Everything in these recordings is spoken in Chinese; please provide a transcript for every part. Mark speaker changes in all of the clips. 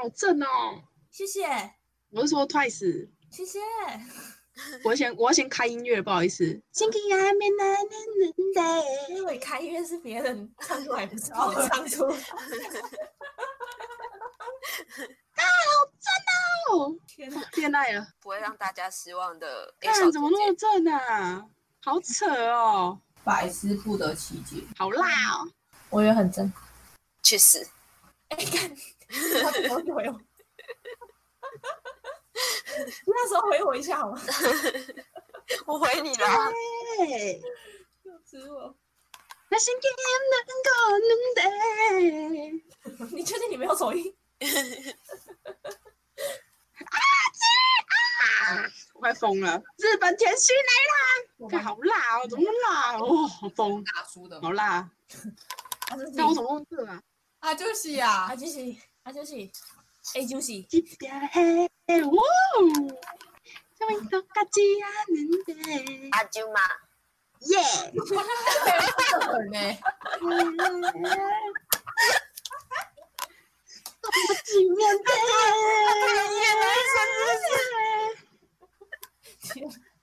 Speaker 1: 好正哦！
Speaker 2: 谢谢，
Speaker 1: 我是说 Twice，
Speaker 2: 谢谢。
Speaker 1: 我先我要先开音乐，不好意思。
Speaker 2: 因为开音乐是别人唱出来，不是我唱出来。
Speaker 1: 哦，
Speaker 2: 天哪！
Speaker 1: 恋爱了，
Speaker 3: 不会让大家失望的。诶小
Speaker 1: 看怎么
Speaker 3: 姐
Speaker 1: 那么
Speaker 3: 姐
Speaker 1: 正啊？好扯哦，
Speaker 4: 百思不得其解。
Speaker 1: 好辣哦！
Speaker 2: 我也很 真。
Speaker 3: 去死！
Speaker 2: 哎、看，他怎么回我？那时候回我一下好 吗？
Speaker 3: 我回你啦！
Speaker 1: 对，
Speaker 2: 又指我。
Speaker 1: 那心给能够能得。
Speaker 2: 你确定你没有走音？
Speaker 1: 我啊快疯了！日本甜心
Speaker 2: 我
Speaker 1: 来了，好辣哦，怎么那么辣哦？好疯，
Speaker 4: 大叔的
Speaker 1: 好辣！
Speaker 2: 他啊就是
Speaker 1: 但我怎么会这啊？
Speaker 4: 啊，就是呀、
Speaker 2: 啊，就是啊，就是 A 就是
Speaker 1: 一边嘿，哇哦！这么高高级啊，能得
Speaker 3: 阿舅妈，
Speaker 1: 耶！
Speaker 4: 很欸呢、
Speaker 1: 纪念的，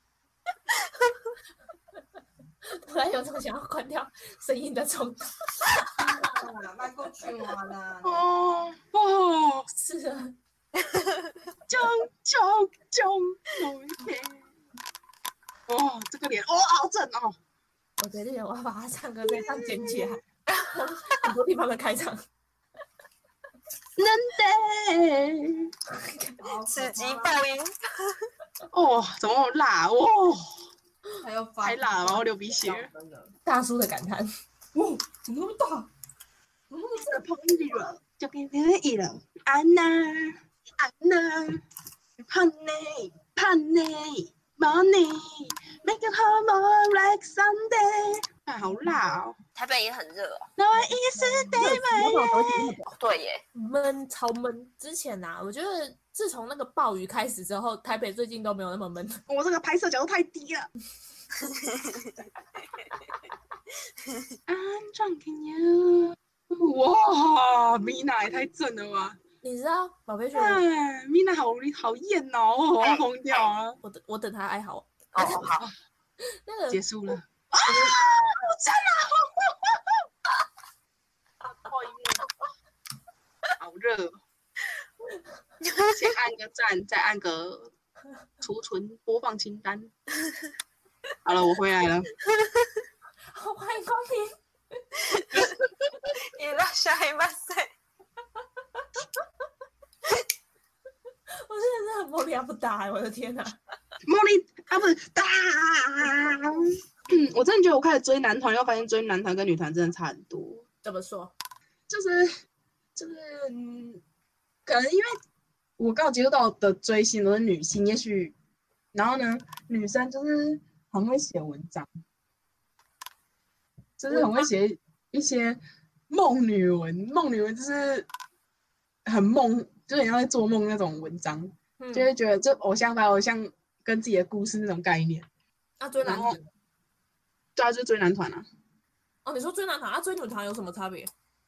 Speaker 2: 突然有种想要关掉声音的冲动。
Speaker 4: 那够去玩啦
Speaker 1: 哦哦，
Speaker 2: 是啊，
Speaker 1: 中中中，某一天，哦，这个脸，哦，好正哦！
Speaker 2: 我决定了我要把他唱歌这一段捡起来，很多地方的开场。
Speaker 1: 能
Speaker 4: 哦
Speaker 3: 此级爆音，
Speaker 1: 得，哦，怎么那么辣？哦，
Speaker 4: 还要发
Speaker 1: 太辣了，然后流鼻血。
Speaker 4: 真的，
Speaker 2: 大叔的感叹，
Speaker 4: 哦，怎么那么大？
Speaker 1: 的朋友就变成一人。安娜，安娜，盼你，盼你，money，make it home more like Sunday。哎，À, 好辣哦！
Speaker 3: 台北也很热哦。
Speaker 1: No is day
Speaker 3: 哦对耶，
Speaker 2: 闷超闷。之前啊，我觉得自从那个暴雨开始之后，台北最近都没有那么闷。
Speaker 1: 我这个拍摄角度太低了。I'm drunk in you。哇，Mina 也太正了吧！
Speaker 2: 你知道，宝贝学我
Speaker 1: 哎，Mina À, 好好艳哦，我要疯掉了。
Speaker 2: 我等我等他哀嚎。啊
Speaker 3: 哦 好，
Speaker 2: 那个
Speaker 1: 结束了。啊！我 真的好好热哦。先按个赞，再按个储存播放清单。好了，我回来了。
Speaker 2: 好欢迎光临，
Speaker 3: 伊拉下一马赛，
Speaker 2: 我真的是很莫名不搭、我的天 哪、
Speaker 1: 茉莉啊，不是哒。嗯，我真的觉得我开始追男团，又发现追男团跟女团真的差很多。
Speaker 2: 怎么说？
Speaker 1: 就是就是，嗯，可能因为我刚好接触到的追星都是女性，也许，然后呢，女生就是很会写文章，就是很会写一些梦女文，梦女文就是很梦，就是很像在做梦那种文章，
Speaker 2: 嗯
Speaker 1: 就，会觉得这偶像把偶像跟自己的故事那种概念，
Speaker 2: 那啊追男
Speaker 1: 然后
Speaker 2: 团
Speaker 1: 对啊，就是追男团啊。
Speaker 2: 哦，你说追男团，那、啊、追女团有什么差别？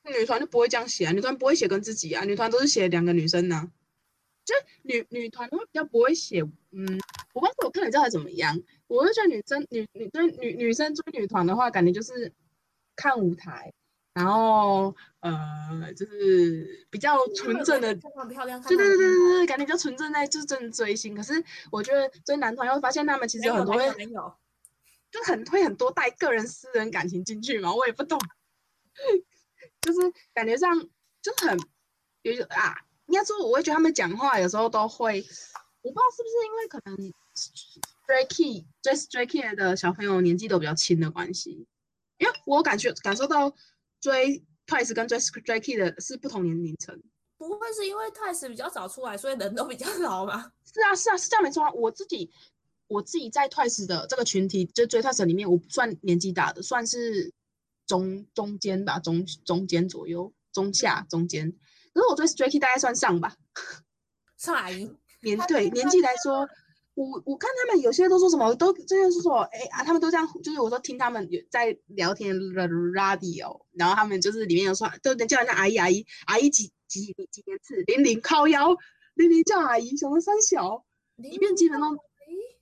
Speaker 1: 女团就不会这样写啊，女团不会写跟自己啊，女团都是写两个女生呢、就是女女团会比较不会写，嗯，我不知道我看了之后怎么样，我就觉得女生女女对女女生追女团的话，感觉就是看舞台，然后呃，就是比较纯正的
Speaker 2: 看她很漂亮，看
Speaker 1: 对
Speaker 2: 嗯她
Speaker 1: 对对
Speaker 2: 很
Speaker 1: 对
Speaker 2: 漂亮
Speaker 1: 对对，感觉比较纯正在就是真的追星。可是我觉得追男团，又发现他们其实有很多
Speaker 2: 没
Speaker 1: 会
Speaker 2: 有没有，
Speaker 1: 就很会很多带个人私人感情进去嘛，我也不懂，就是感觉上就是很有一种啊，应该说我会觉得他们讲话有时候都会，我不知道是不是因为可能 Stray Kid 追 Stray Kid 的小朋友年纪都比较轻的关系，因为我感觉感受到追 Twice 跟追 Stray Kid 的是不同年龄层。
Speaker 2: 不会是因为泰斯比较早出来，所以人都比较老嘛？
Speaker 1: 是啊，是啊，是这样没错啊。我自己，我自己在 Twice 的这个群体，就追 Twice 里面，我不算年纪大的，算是中中间吧，中中间左右，中下中间。可是我追 Stray Kids 大概算上吧，
Speaker 2: 上阿姨，
Speaker 1: 年
Speaker 4: 他
Speaker 1: 对
Speaker 4: 听
Speaker 1: 年
Speaker 4: 到
Speaker 1: 纪来说，我我看他们有些都说什么，都这些是说，哎啊，他们都这样，就是我说听他们有在聊天的 radio，然后他们就是里面有说，都能叫人家阿姨阿姨阿姨几几几年次零零靠腰零零叫阿姨，想到三小，里面基本上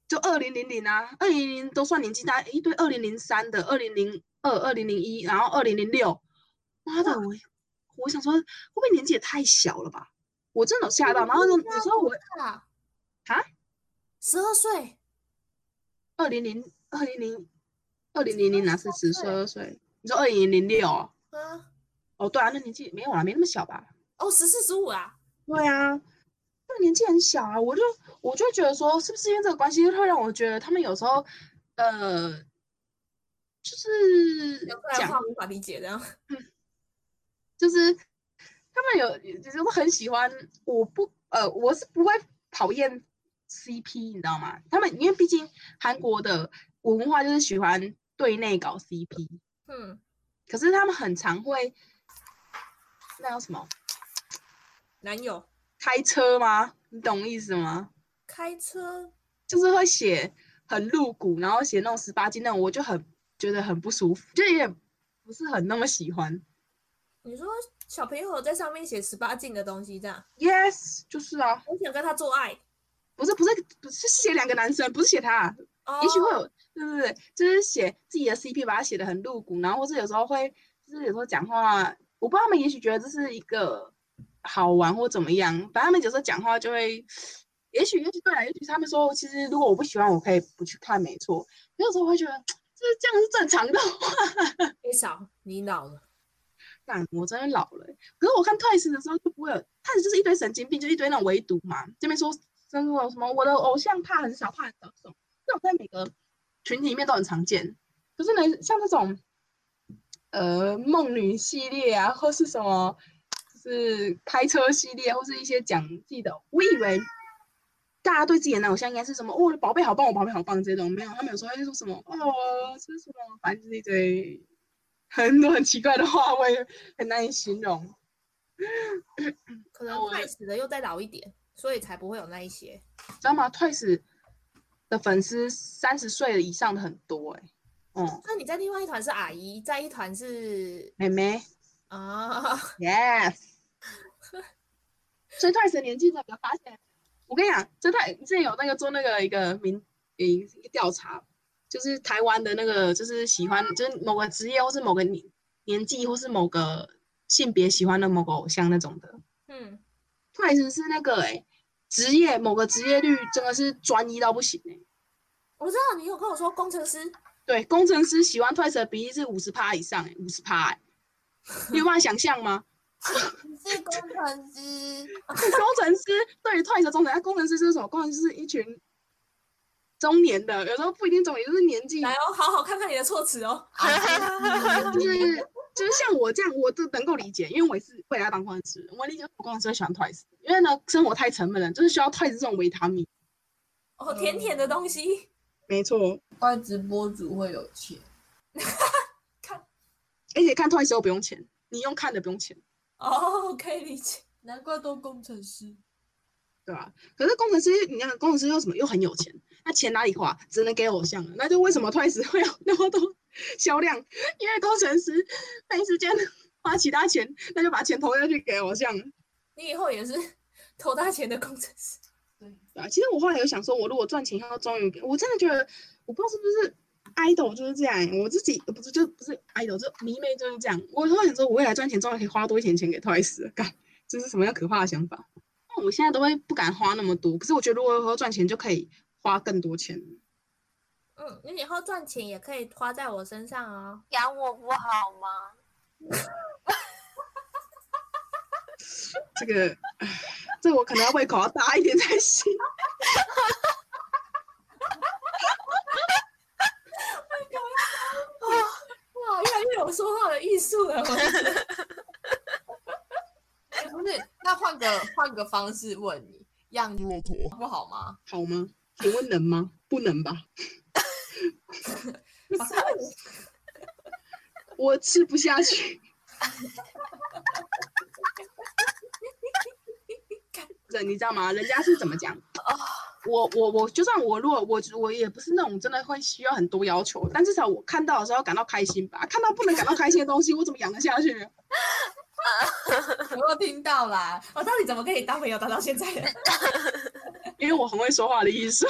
Speaker 1: 就二零零零啊，二零零都算年纪大，一堆二零零三的，二零零二、二零零一，然后二零零六，妈的，我我想说，会不会年纪也太小了吧？我真的有吓到，然后就有时候我
Speaker 2: 啊
Speaker 1: 啊，
Speaker 2: 十二岁，
Speaker 1: 二零零二零零二零零零哪是十
Speaker 2: 12
Speaker 1: 岁二岁？你说二零零六哦？
Speaker 2: 啊，
Speaker 1: 哦，对啊，那年纪没有啊，没那么小吧？
Speaker 2: 哦，十四十五啊，
Speaker 1: 对啊，那年纪很小啊，我就我就觉得说，是不是因为这个关系，会让我觉得他们有时候，呃，就是
Speaker 2: 讲出来的
Speaker 1: 讲
Speaker 2: 话无法理解这样。
Speaker 1: 就是他们有就是会很喜欢，我不呃，我是不会讨厌 CP，你知道吗？他们因为毕竟韩国的文化就是喜欢对内搞 CP，
Speaker 2: 嗯，
Speaker 1: 可是他们很常会那叫什么
Speaker 2: 男友
Speaker 1: 开车吗？你懂意思吗？
Speaker 2: 开车，
Speaker 1: 就是会写很露骨，然后写那种十八禁那种，我就很觉得很不舒服，就也不是很那么喜欢。
Speaker 2: 你说小朋友在上面写十八禁的东西这样，
Speaker 1: Yes，就是啊，
Speaker 2: 我想跟他做爱。
Speaker 1: 不是不是不是写两个男生，不是写他，啊
Speaker 2: 哦，
Speaker 1: 也许会有，对对对，就是写自己的 CP，把它写的很露骨，然后或是有时候会，就是有时候讲话，我不知道他们也许觉得这是一个好玩或怎么样，反正他们有时候讲话就会，也许也许对啊，也许他们说，其实如果我不喜欢，我可以不去看，没错。有时候会觉得，这这样是正常的话，
Speaker 2: A 嫂，你老了，
Speaker 1: 干我真的老了欸、可是我看 Twice 的时候就不会有，Twice 就是一堆神经病，就一堆那种围堵嘛，这边说真的什么我的偶像怕很少，怕很少这种，这种在每个群体里面都很常见。可是呢，像这种呃梦女系列啊，或是什么就是开车系列，或是一些讲自己的，我以为大家对自己的男偶像应该是什么哦，我的宝贝好棒，我宝贝好棒这种，没有，他们有时候会说什么哦，是什么，反正就是一堆很多很奇怪的话，我也很难以形容。
Speaker 2: 可能
Speaker 1: 我
Speaker 2: 快死的又再老一点，所以才不会有那一些。
Speaker 1: 知道吗？Twice 的粉丝三十岁以上的很多哎、嗯，
Speaker 2: 那你在另外一团是阿姨，在一团是
Speaker 1: 妹妹
Speaker 2: 啊，
Speaker 1: ，yes。所以 Twice 的年纪呢，有发现，我跟你讲，这太之前有那个做那个一个民一个调查，就是台湾的那个就是喜欢就是某个职业或是某个年年纪或是某个性别喜欢的某个偶像那种的，
Speaker 2: 嗯，
Speaker 1: Twice 是那个哎、职业某个职业率真的是专一到不行哎、
Speaker 2: 我知道你有跟我说工程师，
Speaker 1: 对，工程师喜欢 Twice 的比例是五十趴以上哎、五十趴哎，你有办法想象 吗？
Speaker 4: 你是工程师，
Speaker 1: 工程师对于 Twice 的忠诚，那工程师是什么？工程师是一群中年的，有时候不一定中年，就是年纪
Speaker 2: 来哦，好好看看你的措辞哦。
Speaker 3: 啊
Speaker 1: 就是就是像我这样，我都能够理解，因为我也是未来当工程师，我理解我工程师会喜欢 Twice，因为呢生活太沉闷了，就是需要 Twice 这种维他命。
Speaker 2: 哦，甜甜的东
Speaker 4: 嗯
Speaker 2: 西，
Speaker 1: 没错，
Speaker 4: 怪直播主会有钱。
Speaker 1: 而且看 Twice 又不用钱，你用看的不用钱。
Speaker 2: 哦，可以理解。
Speaker 4: 难怪都工程师。
Speaker 1: 对吧、可是工程师，你看工程师又什么又很有钱，那钱哪里花？只能给偶像了。那就为什么 Twice 会有那么多 销量？因为工程师没时间花其他钱，那就把钱投下去给偶像了。
Speaker 2: 你以后也是投大钱的工程师，
Speaker 4: 对，
Speaker 1: 对啊，其实我后来有想说，我如果赚钱后，终于，我真的觉得，我不知道是不是 idol 就是这样欸、我自己不是就不是 idol，就迷妹就是这样。我后来想说，我未来赚钱，终于可以花多一点钱给 Twice，了干，这是什么样可怕的想法？那我现在都会不敢花那么多，可是我觉得如果以后赚钱，就可以花更多钱了。
Speaker 2: 嗯，你以后赚钱也可以花在我身上哦。
Speaker 3: 养我不好吗？
Speaker 1: 这个，唉这我可能要胃口要大一点才行。
Speaker 2: 哇，越来越有说话的艺术了。
Speaker 4: 哎，不是，那换个换个方式问你，养骆驼不好 吗？
Speaker 1: 好吗？请问能吗？不能吧？
Speaker 2: 不是
Speaker 1: 我吃不下去。人，你知道吗？人家是怎么讲？我我我，就算我如果我我也不是那种真的会需要很多要求，但至少我看到的时候感到开心吧。看到不能感到开心的东西，我怎么养得下去？
Speaker 4: 我有听到啦，我到底怎么跟你当朋友当到现在的？
Speaker 1: 因为我很会说话的艺术。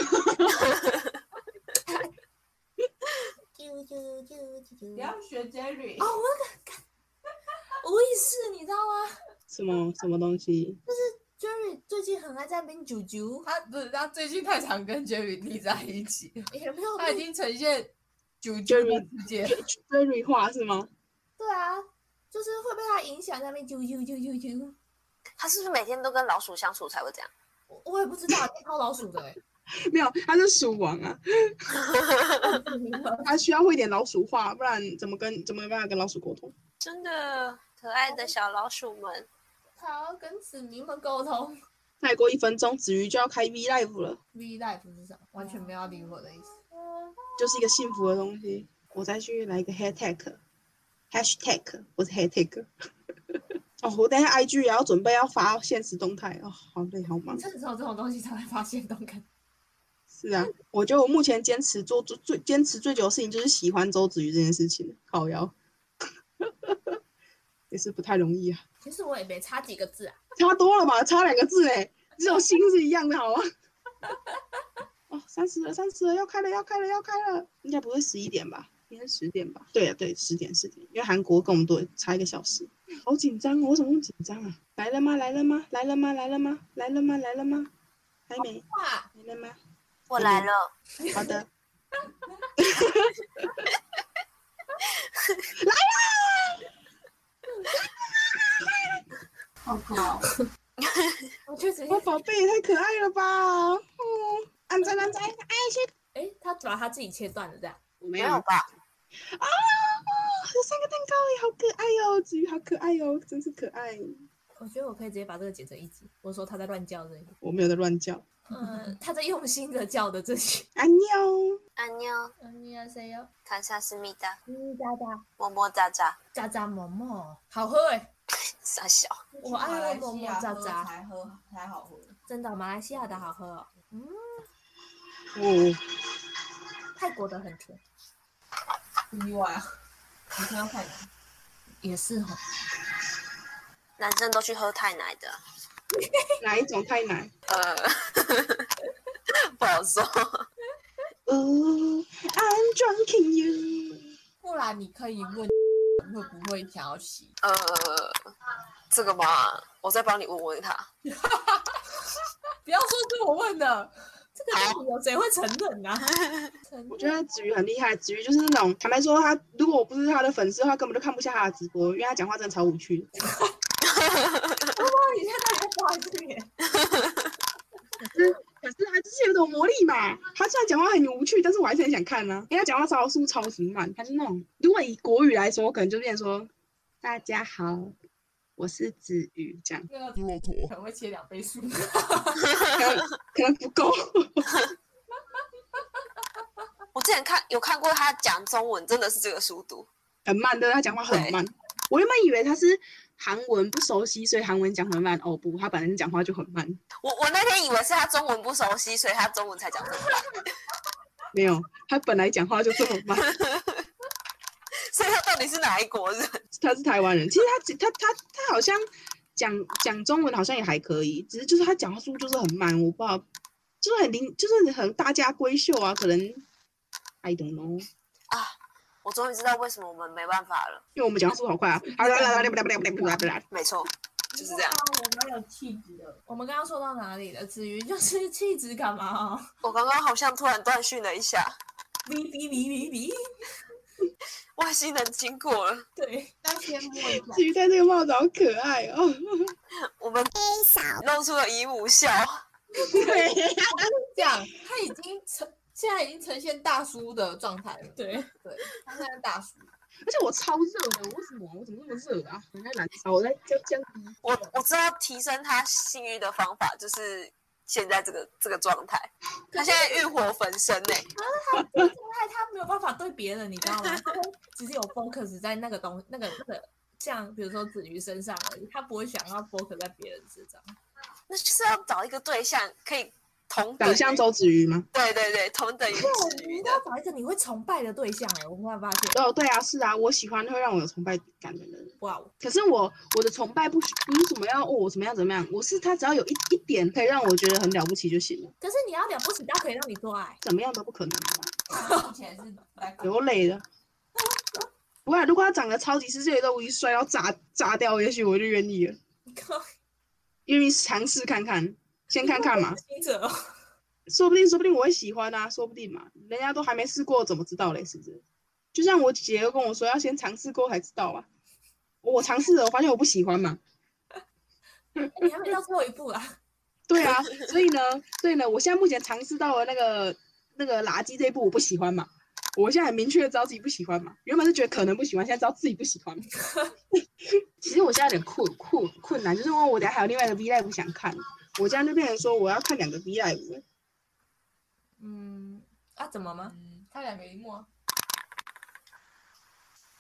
Speaker 2: 啾啾啾啾
Speaker 4: 不
Speaker 2: 啾！
Speaker 4: 要学 Jerry
Speaker 2: 哦，我那个无意识，你知道吗
Speaker 1: 什么什么东西？
Speaker 2: ？Jerry 最近很爱在那边啾啾，
Speaker 4: 他不是他最近太常跟 Jerry 腻在一起了，
Speaker 2: 也没有
Speaker 4: 他已
Speaker 2: 录
Speaker 4: 经呈现主角
Speaker 1: Jerry
Speaker 4: 世界。
Speaker 1: 追瑞话是吗？
Speaker 2: 对啊，就是会被他影响，在那边啾啾啾啾啾。
Speaker 3: 他是不是每天都跟老鼠相处才会这样？
Speaker 2: 我我也不知道，超老鼠的哎、
Speaker 1: 没有，他是鼠王啊，他需要会一点老鼠话，不然怎么跟怎么办法跟老鼠沟通？
Speaker 3: 真的，可爱的小老鼠们，
Speaker 2: 他要跟子民们沟通。
Speaker 1: 再过一分钟，子瑜就要开 V Live 了，
Speaker 4: V life 是什么？完全没有要理我的意思。
Speaker 1: 就是一个幸福的东西。我再去来一个 hashtag，hashtag，我是 hashtag。哦，我等一下 IG 也要准备要发现实动态哦，好累好忙
Speaker 4: 你。真的只有这种东西才会发现动感。
Speaker 1: 是啊，我觉得我目前坚持做最最坚持最久的事情就是喜欢周子瑜这件事情，靠腰， 也是不太容易啊，
Speaker 2: 其实我也没差几个字啊，
Speaker 1: 差多了吧，差两个字哎、只有心是一样的好吗？哦，三十了，三十了，要开了，要开了，要开了，应该不会十一点吧？应该是十点吧？对啊，对，十点，十点，因为韩国跟我们多差一个小时，好紧张哦，我怎么那么紧张啊？来了吗？来了吗？来了吗？来了吗？来了吗？来了吗？还没，
Speaker 4: 哇，
Speaker 1: 来了吗？
Speaker 3: 我来了，
Speaker 1: 好的。来啦！
Speaker 4: 好酷哦！
Speaker 2: 我确实，
Speaker 1: 我宝贝也太可爱了吧！哦，安仔安仔，安仔
Speaker 2: 哎、他把他自己切断了这样。
Speaker 1: 我没
Speaker 3: 没
Speaker 1: 有
Speaker 3: 有
Speaker 1: 啊！
Speaker 3: 吧？
Speaker 1: 有三个蛋糕耶，好可爱哦！子瑜好可爱哦，真是可爱。
Speaker 2: 我觉得我可以直接把这个剪成一集。我说他在乱叫这里，
Speaker 1: 我没有在乱叫。
Speaker 2: 嗯，他在用心的叫的这些。
Speaker 1: 安妞，
Speaker 3: 安妞，
Speaker 2: 안녕하세요，
Speaker 3: 看下思密达，
Speaker 2: 嗯，渣渣
Speaker 3: 么么喳喳，
Speaker 2: 渣渣馍馍，好喝哎、
Speaker 3: 傻小，
Speaker 2: 我爱喝么么喳
Speaker 4: 喝
Speaker 2: 喳，
Speaker 4: 才喝才好喝。
Speaker 2: 真的，马来西亚的好喝、哦，嗯，
Speaker 1: 哦，
Speaker 2: 泰国的很甜，
Speaker 4: 不意外啊！你看到看
Speaker 2: 也是哦。
Speaker 3: 男生都去喝太奶的，
Speaker 1: 哪一种太奶？
Speaker 3: 呃， 不好说。
Speaker 1: 哦，I'm drunk in you。
Speaker 4: 不然你可以问会不会想要洗？
Speaker 3: 呃，这个嘛，我再帮你问问他。
Speaker 4: 不要说是我问的，
Speaker 2: 这个到底有谁会承认啊？承
Speaker 1: 我
Speaker 2: 认
Speaker 1: 觉得子瑜很厉害，子瑜就是那种坦白说他，如果我不是他的粉丝的话，根本就看不下他的直播，因为他讲话真的超无趣的。
Speaker 4: 你现在在发现？
Speaker 1: 可是他就是有种魔力嘛。他虽然讲话很无趣，但是我还是很想看呢、因为他讲话超速超级慢，他是那种如果以国语来说，可能就变成说“大家好，我是子瑜”这样，
Speaker 4: 那个可能会切两倍数。
Speaker 1: 可能可能不够。
Speaker 3: 我之前看有看过他讲中文，真的是这个速度。
Speaker 1: 很慢的，他讲话很慢。我原本以为他是韩文不熟悉，所以韩文讲很慢。哦不，他本身讲话就很慢。
Speaker 3: 我我那天以为是他中文不熟悉，所以他中文才讲这么慢，
Speaker 1: 没有，他本来讲话就这么慢。
Speaker 3: 所以他到底是哪一国人？
Speaker 1: 他是台湾人，其实他他他他好像讲讲中文好像也还可以，只是就是他讲话速度就是很慢，我不知道，就是很零，就是很大家闺秀啊，可能 I don't know，
Speaker 3: 啊我终于知道为什么我们没办法了。
Speaker 1: 因为我们讲话速度好快啊，啊啦啦啦啦啦啦啦啦啦，
Speaker 3: 没错，就是这样。
Speaker 4: 我蛮有气质的。
Speaker 2: 我们刚刚说到哪里了？子瑜就是气质感嘛、哦，
Speaker 3: 我刚刚好像突然断讯了一下，
Speaker 2: 哔哔哔哔哔，
Speaker 3: 外星人经过了。
Speaker 2: 对，
Speaker 4: 那先摸一下，
Speaker 1: 至于戴这个帽子好可爱哦，
Speaker 3: 我们露出了姨母笑，
Speaker 1: 对，
Speaker 4: 这样他已经呈现在已经呈现大叔的状态了。
Speaker 2: 对，
Speaker 4: 对，他现在大叔。
Speaker 1: 而且我超热的，我为什么啊我怎么那么热啊？我在燃烧，我在降降低，
Speaker 3: 我我知道提升他性欲的方法就是现在这个这个状态，他现在欲火焚身呢、
Speaker 2: 害他没有办法对别人，你知道 吗？他会只是有 focus 在那个东那个那个，像比如说子瑜身上而已，他不会想要 focus 在别人身上。
Speaker 3: 那就是要找一个对象可以同等
Speaker 1: 长相周子瑜吗？
Speaker 3: 对对对，同等于子
Speaker 2: 你
Speaker 3: 瑜
Speaker 2: 一定。
Speaker 3: 的
Speaker 2: 要找一个你会崇拜的对象哎、我忽然发现，
Speaker 1: 哦，对啊，是啊，我喜欢会让我有崇拜感的人。
Speaker 2: 哇哦，
Speaker 1: 可是我我的崇拜不需不是怎么样哦，我怎么样怎么样，我是他只要有一一点可以让我觉得很了不起就行了，
Speaker 2: 可是你要了不起到可以让你做爱，
Speaker 1: 怎么样都不可能吧？
Speaker 4: 他以前是来搞
Speaker 1: 流泪了。不然，如果他长得超级世界都一摔到炸炸掉，也许我就愿意了，
Speaker 2: 你看，
Speaker 1: 愿意尝试看看，先看看嘛，
Speaker 2: 听着哦，
Speaker 1: 说不定说不定我会喜欢啊，说不定嘛，人家都还没试过，怎么知道嘞？是不是？就像我姐姐跟我说，要先尝试过才知道啊。我尝试了，我发现我不喜欢嘛。
Speaker 2: 你还没到最后一步啊，
Speaker 1: 对啊，所以呢，所以呢，我现在目前尝试到了那个那个垃圾这一步，我不喜欢嘛。我现在很明确的知道自己不喜欢嘛，原本是觉得可能不喜欢，现在知道自己不喜欢。其实我现在有点困困困难，就是因哦为我等下还有另外一个 V live 想看，我现在就变成说我要看两个 V live，
Speaker 2: 嗯，啊，怎么吗？
Speaker 4: 嗯，他两个一幕啊，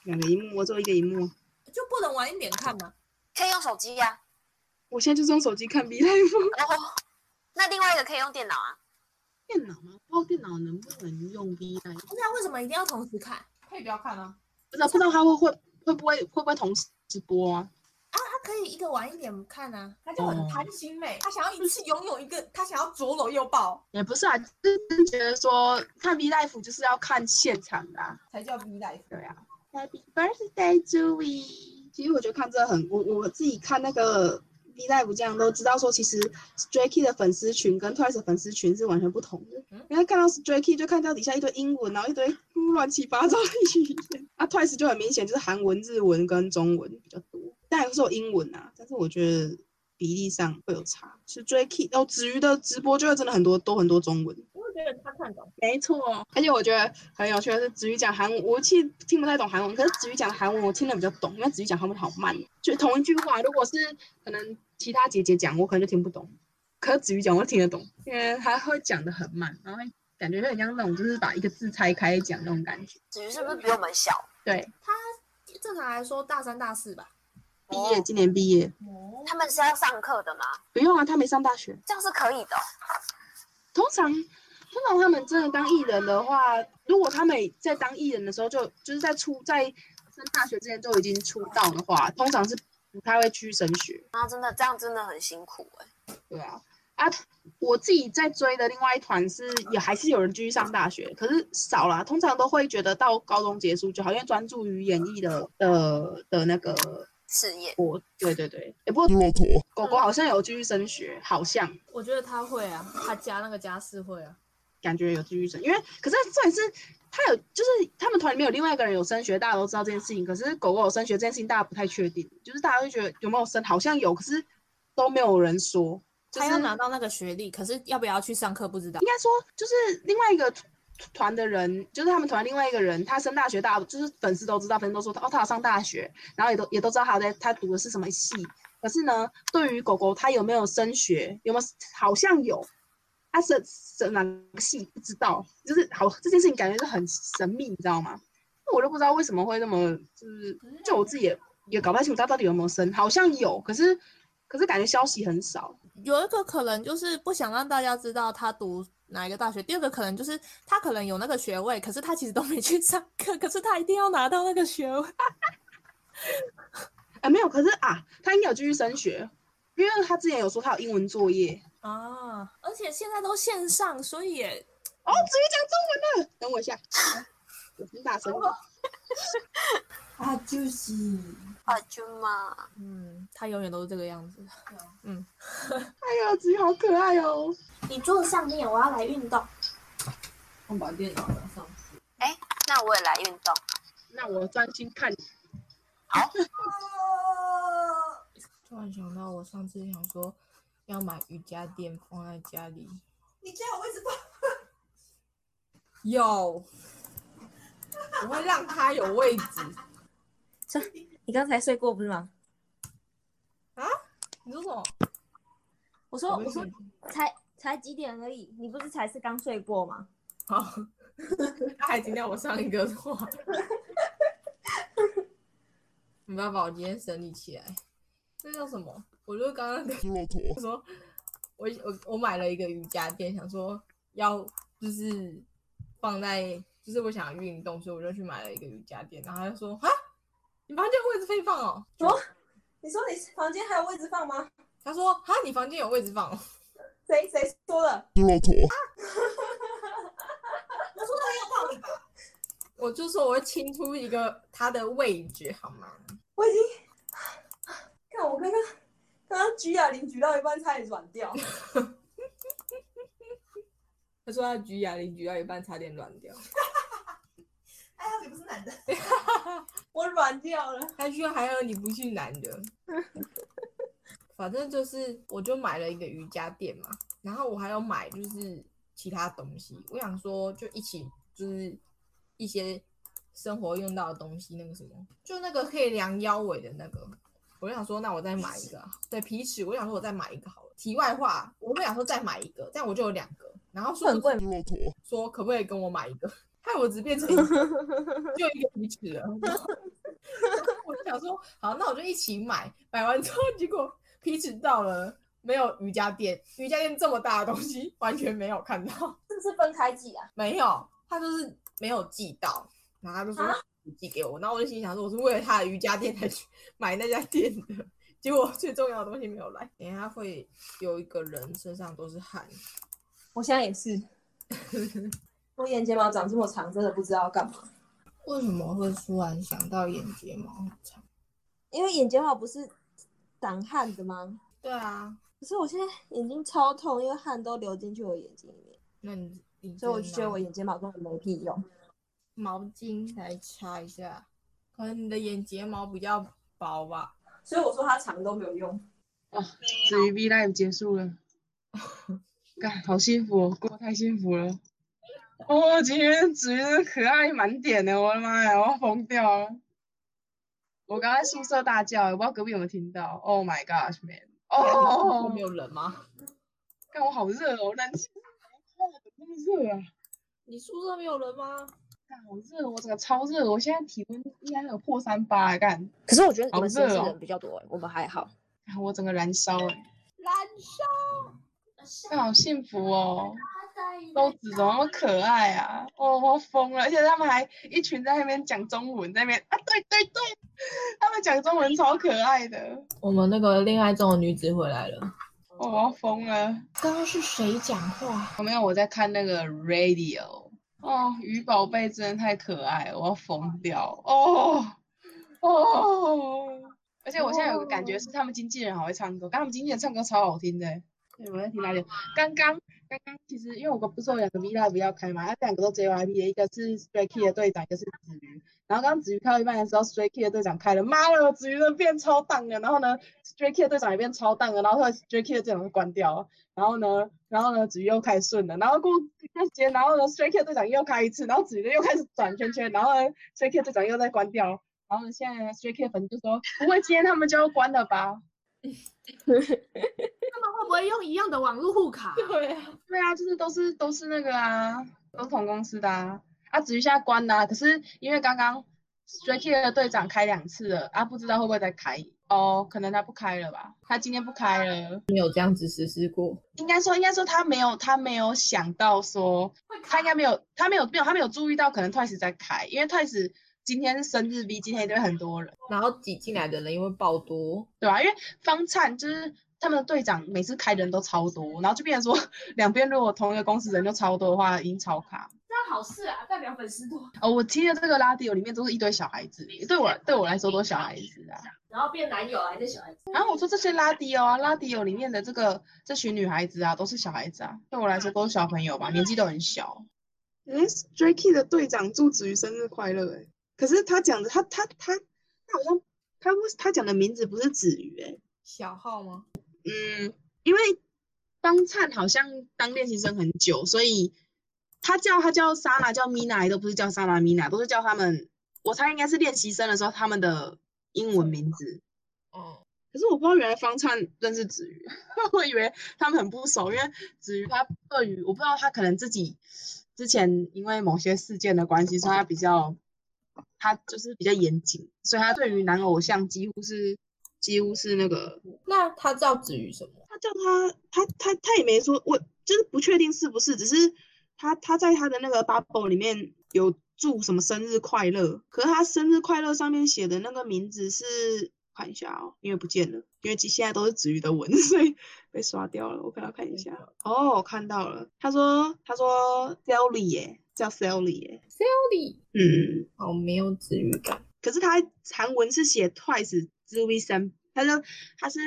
Speaker 1: 两个荧幕，我做一个荧幕。
Speaker 2: 就不能晚一点看吗？
Speaker 3: 可以用手机呀、
Speaker 1: 我现在就是用手机看 V live，
Speaker 3: 然后那另外一个可以用电脑啊。
Speaker 1: 电脑吗？不知道电脑能不能用 V live，
Speaker 2: 不是啊，为什么一定要同时看？啊，
Speaker 4: 可以不要看啊。
Speaker 1: 不知道不知道它会会会不会会不会同时直播啊？
Speaker 2: 他可以一个晚一点看啊，
Speaker 4: 他就很贪心妹，他想要一次拥有一个，他想要左搂右抱，
Speaker 1: 也不是啊，就是觉得说看 V Live 就是要看现场的、啊。
Speaker 4: 才叫 V life。
Speaker 1: 对啊，Happy Birthday to we。其实我觉得看这很，我我自己看那个 V Live 这样都知道说，其实 Stray Kid 的粉丝群跟 Twice 的粉丝群是完全不同的
Speaker 2: 嗯。
Speaker 1: 人家看到 Stray Kid 就看到底下一堆英文，然后一堆乱七八糟的语言。啊，Twice 就很明显就是韩文、日文跟中文比较多，但还是有英文啊。但是我觉得。比例上会有差，是 Stray Kid 哦，子瑜的直播就会真的很多多很多中文，
Speaker 2: 因为觉得他看懂。
Speaker 1: 没错，而且我觉得很有趣的是，子瑜讲韩文，我其实听不太懂韩文，可是子瑜讲的韩文我听得比较懂，因为子瑜讲韩文好慢，哦就同一句话，如果是可能其他姐姐讲，我可能就听不懂，可是子瑜讲我听得懂，因为他会讲的很慢，然后会感觉会很像那种就是把一个字拆开讲那种感觉。
Speaker 3: 子瑜是不是比我们小？
Speaker 1: 对，
Speaker 2: 正常来说，大三大四吧，
Speaker 1: 毕业今年毕业，
Speaker 4: 哦，
Speaker 3: 他们是要上课的吗？
Speaker 1: 不用啊，他没上大学。
Speaker 3: 这样是可以的哦、
Speaker 1: 通常，通常他们真的当艺人的话，如果他们在当艺人的时候就就是在出在升大学之前就已经出道的话，通常是不太会去升学。
Speaker 3: 啊，真的这样真的很辛苦哎、
Speaker 1: 对啊，啊，我自己在追的另外一团是也还是有人继续上大学，可是少啦，通常都会觉得到高中结束就好，因为专注于演艺的呃的的那个
Speaker 3: 事业
Speaker 1: 我，对对对，也不过狗狗好像有继续升学，好像。
Speaker 2: 我觉得他会啊，他家那个家世会啊，
Speaker 1: 感觉有继续升，因为可是重点是他有，就是他们团里面有另外一个人有升学，大家都知道这件事情。可是狗狗有升学这件事情，大家不太确定，就是大家会觉得有没有升，好像有，可是都没有人说。就是
Speaker 2: 他要
Speaker 1: 应
Speaker 2: 拿到那个学历，可是要不要去上课不知道。
Speaker 1: 该说，就是另外一个团团的人，就是他们团另外一个人，他升大学，大家就是粉丝都知道，粉丝都说他哦，他有上大学，然后也都也都知道他有在他读的是什么系。可是呢，对于狗狗他有没有升学，有没有好像有，他是是哪个系不知道，就是好这件事情感觉是很神秘，你知道吗？我就不知道为什么会那么就是，就我自己也也搞不太清楚他到底有没有升，好像有，可是可是感觉消息很少。
Speaker 2: 有一个可能就是不想让大家知道他读哪一个大学，第二个可能就是他可能有那个学位，可是他其实都没去上课，可是他一定要拿到那个学位。
Speaker 1: 啊，没有，可是啊，他应该有继续升学，因为他之前有说他有英文作业。
Speaker 2: 啊，而且现在都线上，所以也
Speaker 1: 哦，子瑜讲中文了，等我一下，我很大声的。
Speaker 4: 他就是
Speaker 3: 啊，舅妈，
Speaker 2: 嗯，他永远都是这个样子。
Speaker 1: 哎呦，子瑜好可爱哦。
Speaker 2: 你坐上面，我要来运动。
Speaker 4: 我把电脑拿上。
Speaker 3: 那我也来运动。
Speaker 1: 那我专心看
Speaker 4: 突然想到，我上次想说要买瑜伽垫放在家里。
Speaker 5: 你家有位置放，
Speaker 4: 有，我会让它有位置。
Speaker 2: 你刚才睡过不是吗？
Speaker 4: 你说什么？
Speaker 6: 我说我说才才几点而已，你不是才是刚睡过吗？
Speaker 4: 好，他还听到我上一个话。没办法，我今天整理起来，这叫什么？我就刚刚跟说，我我我买了一个瑜伽垫，想说要就是放在，就是我想要运动，所以我就去买了一个瑜伽垫。然后他就说：“啊，你房间有位置可以放哦。
Speaker 6: 你说你房间还有位置放吗？”
Speaker 4: 他说：“啊，你房间有位置放哦。”
Speaker 6: 谁谁说的？
Speaker 5: 骆驼，
Speaker 4: 我就说我会清出一个他的位置好吗？
Speaker 6: 我已经，看我刚刚刚刚举哑铃举到一半差点软 掉。
Speaker 4: 他说他举哑铃举到一半差点软掉，
Speaker 7: 哎，他嘴不是男的，
Speaker 6: 我软掉了。
Speaker 4: 他居然还有你不去男的。反正就是，我就买了一个瑜伽垫嘛，然后我还有买就是其他东西，我想说就一起就是一些生活用到的东西，那个什么，就那个可以量腰围的那个，我就想说，那我再买一个啊，对皮尺，我想说我再买一个好了。题外话，我本想说再买一个，这样我就有两个，然后说
Speaker 6: 很贵
Speaker 5: 骆驼，
Speaker 4: 说可不可以跟我买一个？ 害我只变成一个就一个鱼池了。然后 我就想说，好，那我就一起买。买完之后，结果皮尺到了，没有瑜伽垫，瑜伽垫这么大的东西完全没有看到，
Speaker 6: 是不是分开挤啊？
Speaker 4: 没有，他就是没有寄到，然后他就说
Speaker 6: 啊
Speaker 4: 你寄给我，然后我就心想说，我是为了他的瑜伽垫才去 买那家店的。结果最重要的东西没有来，等一下会有一个人身上都是汗，
Speaker 6: 我现在也 是。我眼睫毛长这么长，真的不知道要干嘛。
Speaker 4: 为什么会突然想到眼睫毛长？
Speaker 6: 因为眼睫毛不是长汗的吗？
Speaker 4: 对啊，
Speaker 6: 可是我现在眼睛超痛，因为汗都流进去我眼睛里面，
Speaker 4: 那你你
Speaker 6: 所以我就觉得我
Speaker 4: 拿
Speaker 6: 眼睫毛根本没屁用。
Speaker 4: 毛巾来擦一下，可能你的眼睫毛比较薄吧。
Speaker 6: 所以我说它长都没有用。
Speaker 1: 至于 V Live 结束 了，干好幸福哦，过得太幸福了。哦，今天子瑜真的可爱满点的，我的妈呀，我要疯掉了！我刚才宿舍大叫，我不知道隔壁有没有听到。Oh my gosh man！
Speaker 4: 哦，没
Speaker 1: 哦，
Speaker 4: 有人吗？
Speaker 1: 看我好热哦，冷气好热，怎么那么热啊？
Speaker 4: 你宿舍没有人吗？
Speaker 1: 干好热，我整个超热，我现在体温应该有破三八哎，干，
Speaker 6: 可是我觉得
Speaker 1: 你们好热实验室哦人
Speaker 6: 比较多、欸我们还好。
Speaker 1: 干我整个燃烧哎，
Speaker 4: 燃烧！
Speaker 1: 看好幸福哦。豆子怎么那么可爱啊！哦，我疯了，而且他们还一群在那边讲中文，在那边啊，对对对，他们讲中文超可爱的，
Speaker 4: 我们那个恋爱中的女子回来了。
Speaker 1: 哦，我要疯了。
Speaker 4: 刚刚是谁讲话？
Speaker 1: 哦没有，我在看那个 radio。哦，鱼宝贝真的太可爱了，我要疯掉！哦哦，而且我现在有个感觉是，他们经纪人好会唱歌，刚他们经纪人唱歌超好听的欸。对，我在听哪里？刚刚刚刚其实因为我不是有两个 V Live 要开嘛，啊那两个都 JYP 的，一个是 Stray Kid 的队长，一个是子瑜。然后刚刚子瑜开到一半的时候，Stray Kid 的队长开了，妈的，子瑜的变超荡了。然后呢，Stray Kid 的队长也变超荡了，然后后来 Stray Kid 的队长就关掉了。然后呢，然后呢，子瑜又开始顺了，然后过一段时间，然后呢，Stray Cat 队长又开一次，然后子瑜又开始转圈圈，然后呢，Stray Cat 队长又在关掉，然后呢，现在呢，Stray Cat 粉就说，不会今天他们就要关了吧？
Speaker 8: 他们会不会用一样的网络户卡？
Speaker 4: 对啊，
Speaker 1: 对啊，就是都是都是那个啊，都是同公司的啊，啊，子瑜现在关啦、可是因为刚刚 Stray Cat 的队长开两次了，啊，不知道会不会再开。哦，可能他不开了吧？他今天不开了，
Speaker 4: 没有这样子实施过。
Speaker 1: 应该说，应该说他没有，他没有想到说
Speaker 8: 会卡
Speaker 1: 他应该没有，他没有没有，他没有注意到可能 Twice 在开，因为 Twice 今天是生日 V，今天一定会很多人，
Speaker 4: 然后挤进来的人因为爆多，
Speaker 1: 对吧、因为方灿就是他们的队长，每次开人都超多，然后就变成说 两边如果同一个公司人就超多的话，已经超卡。
Speaker 8: 这样好事啊，代表粉丝多，
Speaker 1: 哦，我听的这个拉迪有里面都是一堆小孩子，对我对我来说都是小孩子啊。
Speaker 8: 然后变男友还是小孩子，
Speaker 1: 然后我说这些拉迪哦、啊，拉迪有里面的这个这群女孩子啊，都是小孩子啊，对我来说都是小朋友吧，年纪都很小。
Speaker 9: 哎，Stray Kid 的队长祝子瑜生日快乐哎，可是他讲的他他他他好像他不他讲的名字不是子瑜哎，
Speaker 4: 小号吗？
Speaker 1: 嗯，因为方灿好像当练习生很久，所以他叫他叫莎拉叫米娜，都不是叫莎拉米娜，都是叫他们。我猜应该是练习生的时候他们的英文名字。
Speaker 4: 嗯，
Speaker 1: 可是我不知道原来方灿认识子瑜， 我以为他们很不熟，因为子瑜他对于我不知道他可能自己之前因为某些事件的关系，所以他比较他就是比较严谨，所以他对于男偶像几乎是几乎是那个
Speaker 4: 那他叫子瑜什么？
Speaker 9: 他叫他他他他也没说，我就是不确定是不是，只是他他在他的那个 bubble 里面有祝什么生日快乐，可是他生日快乐上面写的那个名字是，看一下哦，因为不见了，因为现在都是子瑜的文， 所以被刷掉了。我给他看一下，哦，我看到了，他说他说 Sally 耶，叫 Sally 耶，
Speaker 4: Sally，
Speaker 9: 嗯。
Speaker 4: 好哦没有治愈感。
Speaker 9: 可是他韩文是写 twice 之 v 三，他就他是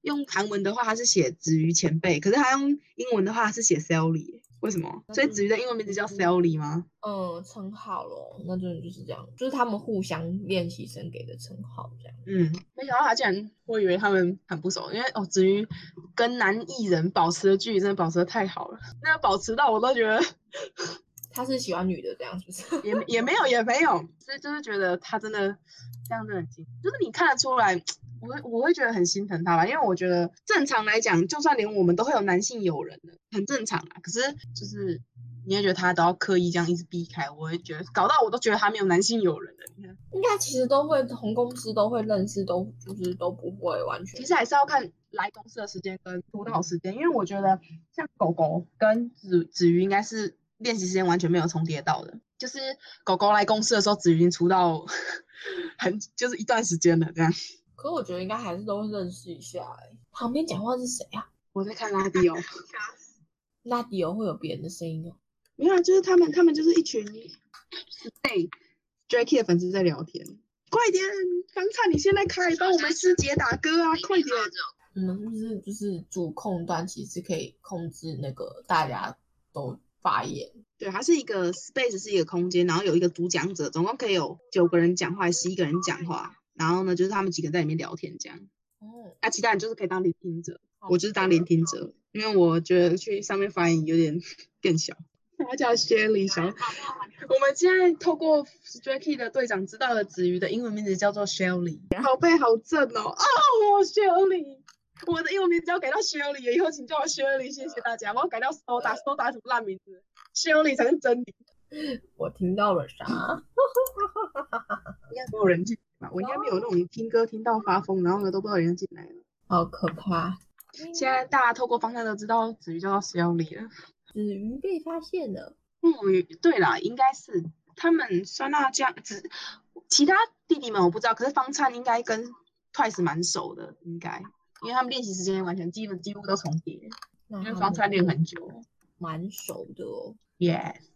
Speaker 9: 用韩文的话，他是写子瑜前辈，可是他用英文的话他是写 Sally，耶为什么？所以子瑜的英文名字叫 Sally 吗？
Speaker 4: 嗯，称号咯，那真的就是这样，就是他们互相练习生给的称号这样。
Speaker 9: 嗯，
Speaker 1: 没想到他竟然，我以为他们很不熟，因为哦，子瑜跟男艺人保持的距离真的保持的太好了，那保持到我都觉得
Speaker 4: 他是喜欢女的这样，是不是？
Speaker 1: 也也没有也没有， 所以就是觉得他真的这样真的很心，就是你看得出来，我会我会觉得很心疼他吧，因为我觉得正常来讲，就算连我们都会有男性友人的，很正常啊。可是就是你会觉得他都要刻意这样一直避开，我会觉得搞到我都觉得他没有男性友人了。你看，
Speaker 4: 应该其实都会，同公司都会认识，都就是都不会完全。
Speaker 1: 其实还是要看来公司的时间跟督导时间，因为我觉得像狗狗跟子子瑜应该是练习时间完全没有重叠到的，就是狗狗来公司的时候，子瑜已经出道 很就是一段时间了这样。
Speaker 4: 可我觉得应该还是都认识一下、欸。旁边讲话是谁啊？
Speaker 1: 我在看拉迪 哦，
Speaker 4: 拉迪欧会有别人的声音哦。
Speaker 9: 没有啊，就是他们他们就是一群是被 Jackie 的粉丝在聊天。快点，房产你现在开，帮我们师姐打歌啊！快点，
Speaker 4: 我们是不是就是主控端其实可以控制那个大家都发言？
Speaker 9: 对，它是一个 space 是一个空间，然后有一个主讲者，总共可以有九个人讲话，十一个人讲话。然后呢，就是他们几个在里面聊天这样。
Speaker 4: 哦，
Speaker 9: 啊，其他人就是可以当聆听者，
Speaker 1: 哦
Speaker 4: 好
Speaker 9: 我就是当聆听者，因为我觉得去上面发言有点更小。他叫 Shelly 小，
Speaker 1: 我们现在透过 Jackie 的队长知道了子瑜的英文名字叫做 Shelly，
Speaker 9: 宝贝好正哦，啊，
Speaker 1: 哦，Shelly，我的英文名字要改到 Shelly，了以后请叫我 Shelly，谢谢大家。我要改到 Soda，Soda 什么烂名字？Shelly 才是真理。
Speaker 4: 我听到了啥？
Speaker 9: 应该没有人进来吧？我应该没有那种听歌听到发疯，然后呢都不知道有人进来了。
Speaker 4: 好可怕！
Speaker 1: 现在大家透过方向都知道子瑜叫做 Shelly 了。
Speaker 4: 子瑜被发现了，
Speaker 1: 嗯，对啦，应该是他们酸辣酱只其他弟弟们我不知道，可是方灿应该跟 Twice 蛮熟的，应该，因为他们练习时间完全基本几乎都重叠，
Speaker 4: 那
Speaker 1: 因为
Speaker 4: 他
Speaker 1: 方
Speaker 4: 们
Speaker 1: 灿练
Speaker 4: 就
Speaker 1: 很久。
Speaker 4: 蛮熟的哦。
Speaker 1: Yes，